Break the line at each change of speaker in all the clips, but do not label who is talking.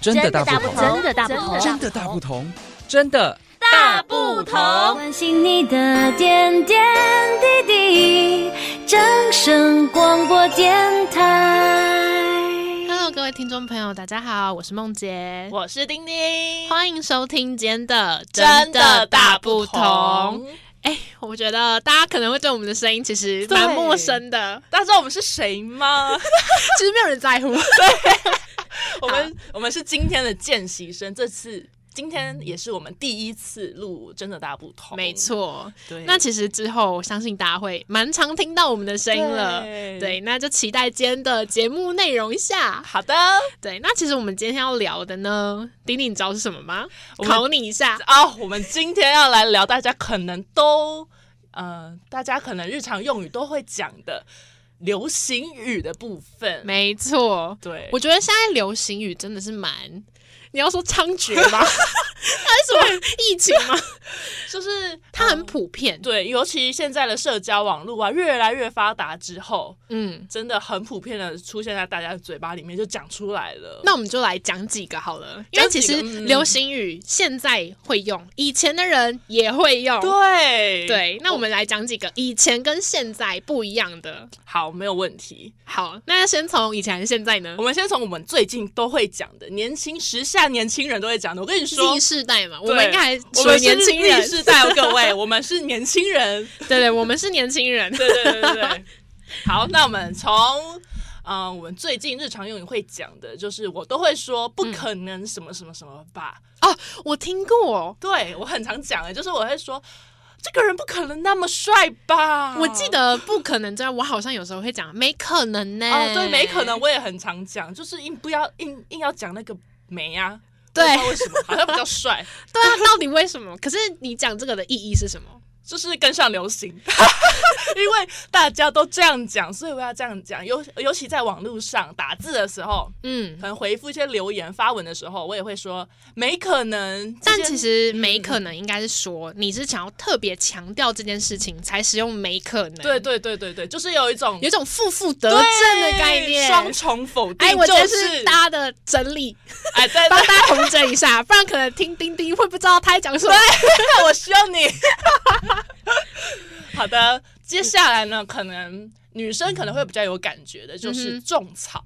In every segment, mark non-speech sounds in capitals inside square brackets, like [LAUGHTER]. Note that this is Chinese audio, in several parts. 真的大
大
不
不
同，
同，的大
真的
真的
大不同，真的
大不同。
关心你的点点滴滴，掌声广播电台。
Hello，各位听众朋友，大家好，我是梦洁，
我是丁丁，
欢迎收听今天的
真的大不同。
哎，我觉得大家可能会对我们的声音其实
对
蛮陌生的，
大家知道我们是谁
[LAUGHS]
吗？
其实没有人在乎。
我们我们是今天的见习生，这次今天也是我们第一次录，真的大不
[LAUGHS]
同。
没，错，
对。
那其实之后我相信大家会蛮常听到我们的声音了。
对
对，那就期待今天的节目内容一下。
好的
对，那其实我们今天要聊的呢，丁丁，你知道是什么吗？
我们
考你一下，
啊，我们今天要来聊大家可能都呃，大家可能日常用语都会讲的流行语的部分。
没错，
对，
我觉得现在流行语真的是蛮，你要说猖獗
[LAUGHS]
吗？它是什么疫情吗？
就是
它很普遍，
对，尤其现在的社交网络啊越来越发达之后，
嗯。
真的很普遍的出现在大家的嘴巴里面，就讲出来了。
那我们就来讲几个好了，因为
讲
其
几个
实
嗯
流行语现在会用，以前的人也会用。
对
对，那我们来讲几个以前跟现在不一样的。
好没有问题。
好，那先从以前还是现在呢
我？们先从我们最近都会讲的年轻时下年轻人都会讲的，我跟你说
Z，世代嘛，我
对
们应该还属
我
于
们
年轻人
时代，各位，我们是年
[LAUGHS]
轻人。
对对，我们是年轻人。
[LAUGHS] 对对对对对。好，那我们从嗯、呃我们最近日常用语会讲的，就是我都会说不可能什么什么什么吧。
我听过，
对我很常讲的，就是我会说这个人不可能那么帅吧？
我记得不可能这样，我好像有时候会讲没可能呢、
哦，对，没可能，。我也很常讲，就是硬不要硬硬要讲那个没啊。
对
我也不知道为什么好像比较帅，
对啊，到底为什么？可是你讲这个的意义是什么？
就是跟上流行，因为大家都这样讲，所以我要这样讲。尤尤其在网络上打字的时候，
嗯，
可能回复一些留言、发文的时候，我也会说没可能。
但
这些
其实没可能应该是说你是想要特别强调这件事情才使用没可能，
对，对对对对，就是有一种
有一种负负得正的概念。
对双重否定。
哎，我觉
就
得是大家的整理，
哎，对
帮
对
大家统整一下，不然可能听丁丁会不知道他在讲什么。
我需要你。好的，接下来呢，可能女生可能会比较有感觉的，就是
嗯哼
种草。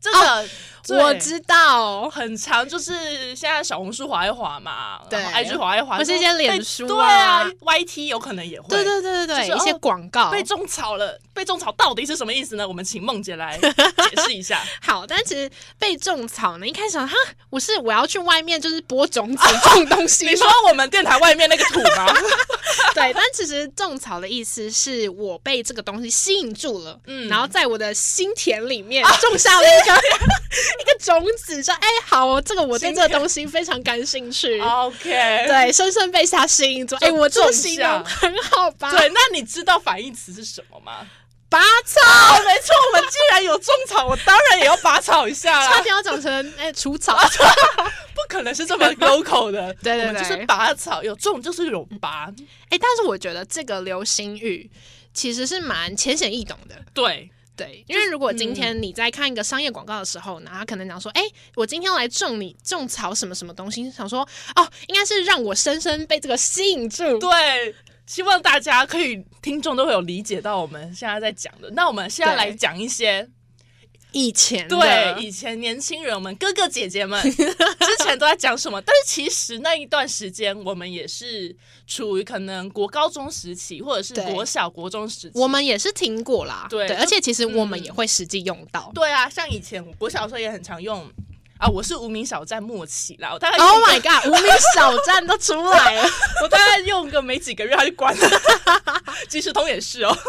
真的，对
我知道，
哦很长，就是现在小红书滑一滑嘛，
对
然后，IG 滑一滑，
或是一些
就被
脸书
对啊
啊
，YT 有可能也会，
对对对对对，
就是
一些
哦
广告
被种草了，被种草到底是什么意思呢？我们请梦姐 [LAUGHS] 来解释一下。
好，但其实被种草呢，一开始想哈，我是我要去外面就是播种子种东西
[LAUGHS] 你说
吗？
我们电台外面那个土吗？ [LAUGHS]
对，但其实种草的意思是我被这个东西吸引住了，
嗯
嗯，
啊
然后在我的心田里面种下了一个、 [LAUGHS] 一个种子，说哎、好哦，这个我对这个东西非常感兴趣。
OK，
对，深深被它吸引住。哎、
哦就
我这个
种
形
下
容很好吧？
对，，那你知道反义词是什么吗？
拔草，
哦，没错，我们既然有种草，我当然也要拔草一下
差
啦。
点要讲成哎、除草。
[LAUGHS] 不可能是这么 local [LAUGHS] 的，
对对
我们就
对
是拔草，有种就是有拔，
哎、但是我觉得这个流行语其实是蛮浅显易懂的。
对，
对，嗯因为如果今天你在看一个商业广告的时候，然后他可能讲说，哎、我今天要来种你种草什么什么东西，想说，哦，应该是让我深深被这个吸引 [LAUGHS] 住。
对，希望大家可以听众都会有理解到我们现在在讲的。那我们现在来讲一些
以前的
对以前年轻人，我们哥哥姐姐们之前都在讲什么，但是其实那一段时间，我们也是处于可能国高中时期，或者是
对
国小国中时期。
我们也是听过啦，
对就
而且其实我们也会实际用到。
对啊，像以前我小时候也很常用啊，我是无名小站末期啦，我大概用
Oh
个
my god！无名小站都出来了，
[LAUGHS] 我大概用个没几个月，它就关了。即时通也是哦。
[LAUGHS]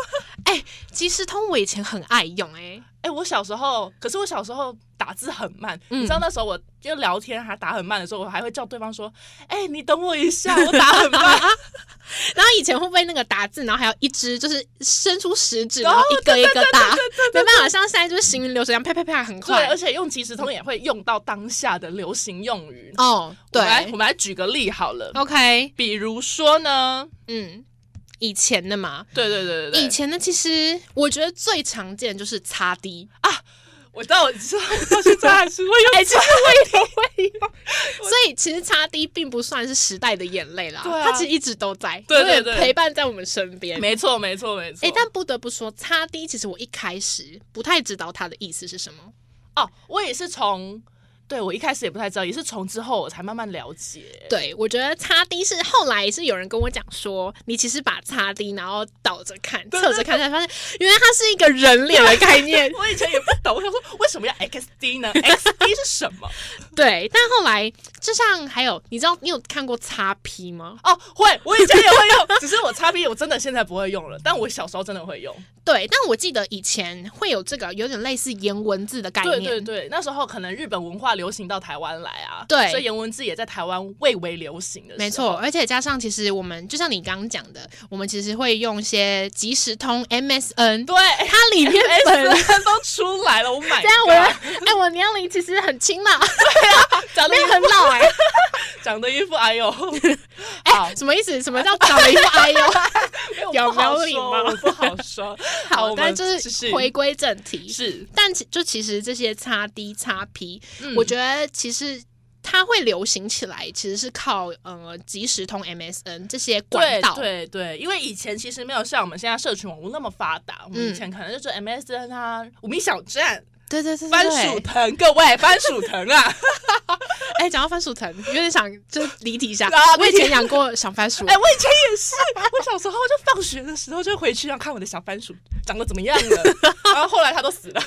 即时通我以前很爱用、 [LAUGHS] 哎，
哎、我小时候，可是我小时候打字很慢，
嗯
你知道那时候我就聊天还打很慢的时候，我还会叫对方说：“哎、你等我一下，我
[LAUGHS]
打很慢。
然后以前会不会那个打字，然后还有一只就是伸出食指，
哦
然后一个一个打，没办法，像现在就是行云流水一样，啪啪啪很”
对，
快
而。且用即时通也会用到当下的流行用语。
哦，
我们来
对哦
我们来举个例好了，
，OK，
比如说呢，
嗯，以前的嘛，
对对对对对，
以前的其实我觉得最常见就是擦滴，
我到我知道到现在还是会用
哎，其实我也会有，所以其实擦低并不算是时代的眼泪啦，
对啊
它其实一直都在，
对
永
对
远
对
陪伴在我们身边。
没错，没错，没错。
哎、但不得不说，擦低其实我一开始不太知道它的意思是什么。
哦，我也是从，对我一开始也不太知道，也是从之后我才慢慢了解。
对，我觉得擦低是后来是有人跟我讲说，你其实把擦低然后倒着看、
对。
侧着看，才发现原来它是一个人脸的概念
我以前也不懂，我想说为什么要 XD 呢？XD 是什么？
对，但后来就像还有，你知道你有看过擦 P 吗？
哦，会，我以前也会用， [LAUGHS] 只是我擦 B 我真的现在不会用了，但我小时候真的会用。
对，但我记得以前会有这个有点类似颜文字的概念。
对对对，那时候可能日本文化流行到台湾来啊，
对
所以颜文字也在台湾蔚为流行的。
没错，，而且加上，其实我们就像你刚刚讲的，我们其实会用一些即时通 MSN，
对，
哎
哎
[LAUGHS] 它里面本来，
S 都出来了，，Oh 我买。
这哎样我的，哎，我年龄其实很轻嘛，
长得
没
一
有很老
[LAUGHS]
哎、
长得一副哎
[LAUGHS]
呦，好
哎，什么意思？什么叫长了一副哎呦？有没有礼貌
我不好说，
[LAUGHS] 好，
我
但
们
就
继
是
续
回归正题，
是，
但其就其实这些擦 D 擦 P，、
嗯
我觉得其实它会流行起来，其实是靠呃即时通 MSN 这些管
对
道。
对对，因为以前其实没有像我们现在社群网络那么发达，我们以前可能就是 MSN 啊，无名小站、
对对对对
番
对
薯藤，各位番薯藤啊，
哎，讲到番薯藤，有点想就是离题一下
啊。
我以
离题
前养过小番薯
[LAUGHS] 哎、，我以前也是，我小时候就放学的时候就回去要看我的小番薯长得怎么样 [LAUGHS] 了，然后后来它都死了，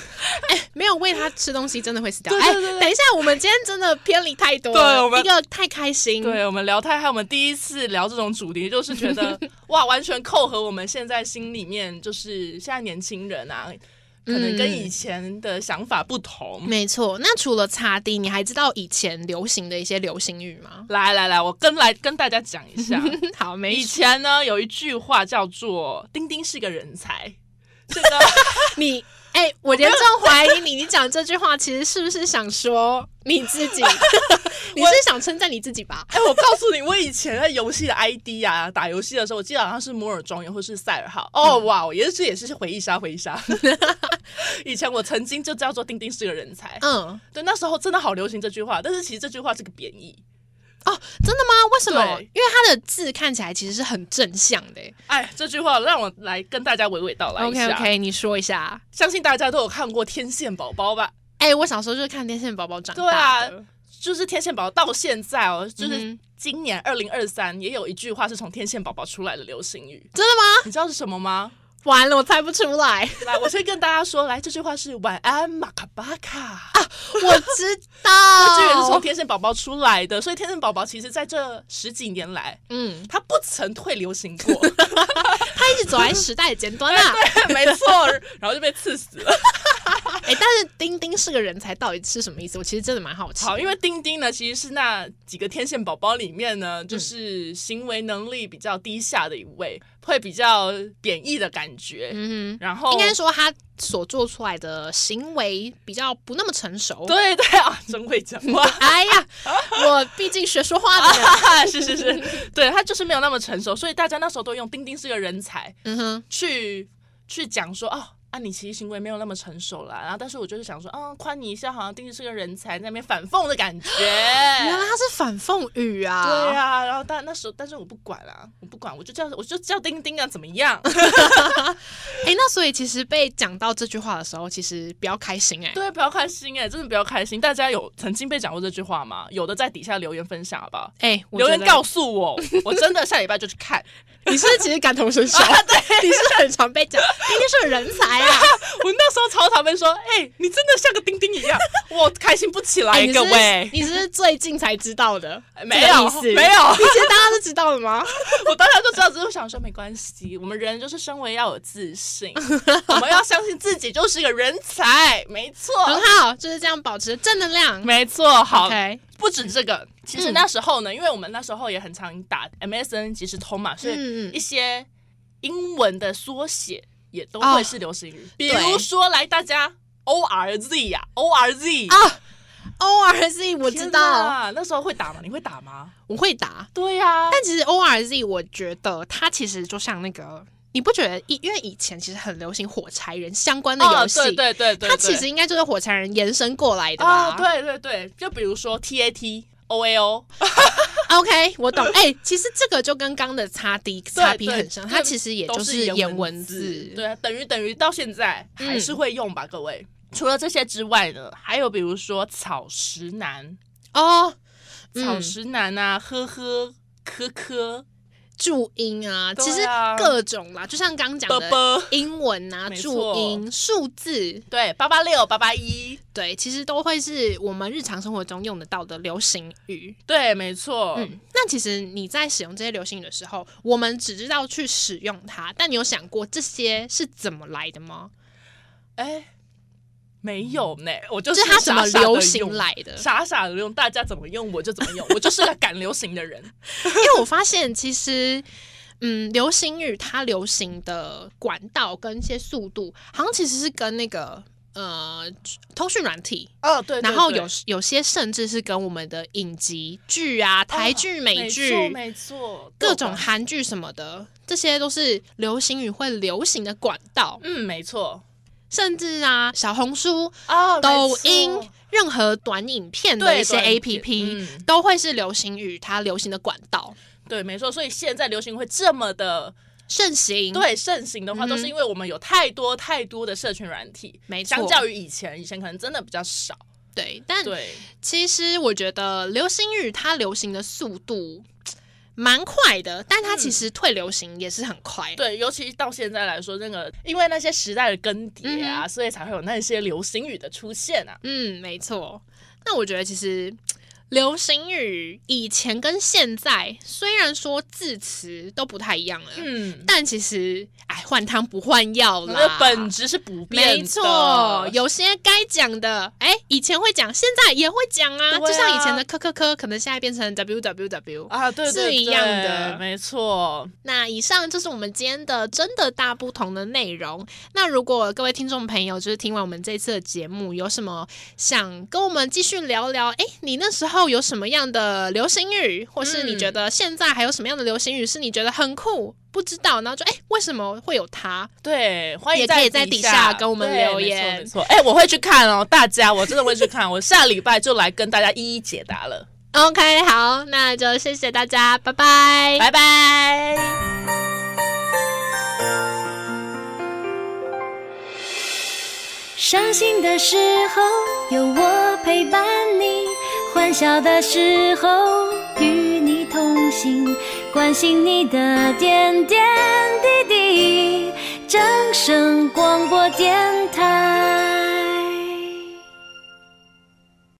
没有喂它吃东西，真的会死掉。
对
哎，
对对对
等一下，我们今天真的偏离太多了，
对我们
一个太开心，嗯
[LAUGHS] 对我们聊太嗨，我们第一次聊这种主题，就是觉 [LAUGHS] 得哇，完全扣合我们现在心里面，就是现在年轻人啊，可能跟
嗯
以前的想法不同。
没错。那除了擦 D，你还知道以前流行的一些流行语
[LAUGHS]
吗？
来来来，我跟来跟大家讲一 [LAUGHS] 下，
好，没
以
事。
前呢有一句话叫做“丁丁是个人才”，这个
你哎、我严重怀疑你，你讲这句话其实是不是想说你自 [LAUGHS] 己？你是想称赞你自己吧？
哎、我告诉你，我以前在游戏的 ID 啊，打游戏的时候，我记得好像是摩尔庄园或是塞尔号。哦，
嗯
哇，我也是也是回忆杀，回忆杀。 [LAUGHS] 以前我曾经就叫做丁丁是个人才，
嗯，
对，那时候真的好流行这句话，但是其实这句话是个贬义。
真的吗？为什么？
对
因为它的字看起来其实是很正向的、
哎，这句话让我来跟大家娓娓道来一
OK
下。
OK，你说一下。
相信大家都有看过《天线宝宝》吧？
哎、我小时候就是看《电线宝宝》长
对啊
大的，
就是天线宝宝到现在哦，就是
嗯
今年二零二三也有一句话是从天线宝宝出来的流行语，
真的吗？
你知道是什么吗？
完了，我猜不出来。
来，我先跟大家说，来这句话是“晚安，马卡巴卡”，
[LAUGHS] 啊我知 [LAUGHS]
这个也是
道，
从天线宝宝出来的，所以天线宝宝其实在这十几年来，
嗯，
它不曾退流
[LAUGHS]
行过，
他一直走在时代的尖端 [LAUGHS] 啊。
没错，然后就被刺死了。
哎、但是丁丁是个人才，到底是什么意思？我其实真的蛮好奇的。
[LAUGHS] 好，因为丁丁呢，其实是那几个天线宝宝里面呢，就是行为能力比较低下的一位，会比较贬义的感觉。
嗯哼。
然后
应该说他所做出来的行为比较不那么成熟。
对对啊，真会讲话。
[LAUGHS]
[LAUGHS]
哎呀，我毕竟学说话 [LAUGHS] 的人。
是是是，对他就是没有那么成熟，所以大家那时候都用丁丁是个人才
嗯哼，
去去讲说哦。啊，你其实行为没有那么成熟啦，然后但是我就是想说，嗯，宽你一下，好像丁丁是个人才，在那边反讽的感
[LAUGHS]
觉。
哎原来他是反讽语啊！
对，啊，然后但那时候，但是我不管啦，我不管，我就叫我就叫丁丁啊，怎么样？ [LAUGHS]
哎、那所以其实被讲到这句话的时候，其实不要开心哎、
对，不要开心哎、真的不要开心。大家有曾经被讲过这句话吗？有的在底下留言分享好不好？
哎、我
留言告
诉
诉我， [LAUGHS] 我真的下礼拜就去看。
你是不是其实感同身受， [LAUGHS] 对，你是不是很常被讲，丁丁是个人才啊！
我那时候超常被说，哎、你真的像个丁丁一样，我开心不起
[LAUGHS]
来，
哎、你是
各
不是
位。
你是不是最近才知道 [LAUGHS] 的，
没
这个
有
意思
没有
你其实大家都知道了吗？
[LAUGHS] 我当时就知道，只是我想说没关系，我们人就是身为要有
[LAUGHS]
自信，我们要相信自己就是个人才，没错，
很好，就是这样保持正能量。
没错，好。
OK，
不止这个，其实
嗯
那时候呢，因为我们那时候也很常打 MSN 即时通嘛，所
嗯
以
嗯
一些英文的缩写也都
哦
会是流行语，比如说来大家 ORZ 呀、ORZ
啊，O R Z 我知
天
道，
哪，那时候会打吗？你会打吗？
我会打。
对呀、
但其实 O R Z 我觉得它其实就像那个，你不觉得以因为以前其实很流行火柴人相关的游
哦，
戏，
对对对对，
它
对
其实应该就是火柴人延伸过来的吧？
哦，对对对，就比如说 T A T O A O，
OK，我懂。哎、其实这个就跟刚的擦 D 擦 P
对
很像，
对
它其实也就
都
是
颜
颜文
字
字。，嗯
对，等于等于到现在还是会用吧，各位。除了这些之外呢，还有比如说草食男、
哦，嗯
草食男啊，呵呵。科科
注音啊，
对
其实
啊
各种啦，就像刚讲
啵
的
啵，
英文啊，
没
注
错
音、数字，
对，八八六、八八一，
对，其实都会是我们日常生活中用得到的流行语。
对，没错，
嗯，那其实你在使用这些流行语的时候，我们只知道去使用它，但你有想过这些是怎么来的吗？
哎，没有呢，我就
就是是它怎么
呃傻傻地
流行
用，
来的？
傻傻的用，大家怎么用我就怎么用，我就是个 [LAUGHS] 赶流行的人。
因为我发现其实。嗯，流行语它流行的管道跟一些速度，好像其实是跟那个呃通讯软体，
哦，对
然后有有些甚至是跟我们的影集剧啊、台剧、美
哦没
剧、
错没错，
各种
豆瓣
韩剧什么的，这些都是流行语会流行的管道，
嗯，没错，
甚至啊小红书、
哦
抖音，任何短影片的
对
一些
短影
A
片
P P
嗯
都会是流行语它流行的管道
对，没错。所以现在流行会这么的
盛行。
对盛行的话，
嗯哼
都是因为我们有太多太多的社群软体，
没错嗯
相较于以前，以前可能真的比较少。
对，但
对，
其实我觉得流行语它流行的速度蛮快的，但它其实退流行也是很快。
嗯对，尤其到现在来说，那个因为那些时代的更迭啊，所以才会有那些流行语的出现啊。
嗯，没错。那我觉得其实流行语以前跟现在虽然说字词都不太一样了，
嗯，
但其实哎，换汤不换药
我们的
啦。
本质是不变的，
没错，有些该讲的，哎，以前会讲，现在也会讲啊。
对啊
就像以前的科科科，可能现在变成 W W W。
啊，对对
是一样的
对没错。
那以上就是我们今天的真的大不同的内容。那如果各位听众朋友就是听完我们这次的节目，有什么想跟我们继续聊聊？诶，你那时候有什么样的流行语，或是你觉得现在还有什么样的流行语是你觉得很酷？不知道，然后就诶，为什么会有它？
对，欢
也
迎
可以在底下跟我们
对
留言
没错，没错哎、我会去看哦，大家，我真的会去看，我下礼拜就来跟大家一一解答
[LAUGHS]
了，
OK，好，那就谢谢大家，拜拜。
拜拜。
伤心的时候有我陪伴你，欢笑的时候与你同行，关心你的点点滴滴。掌声广播电台。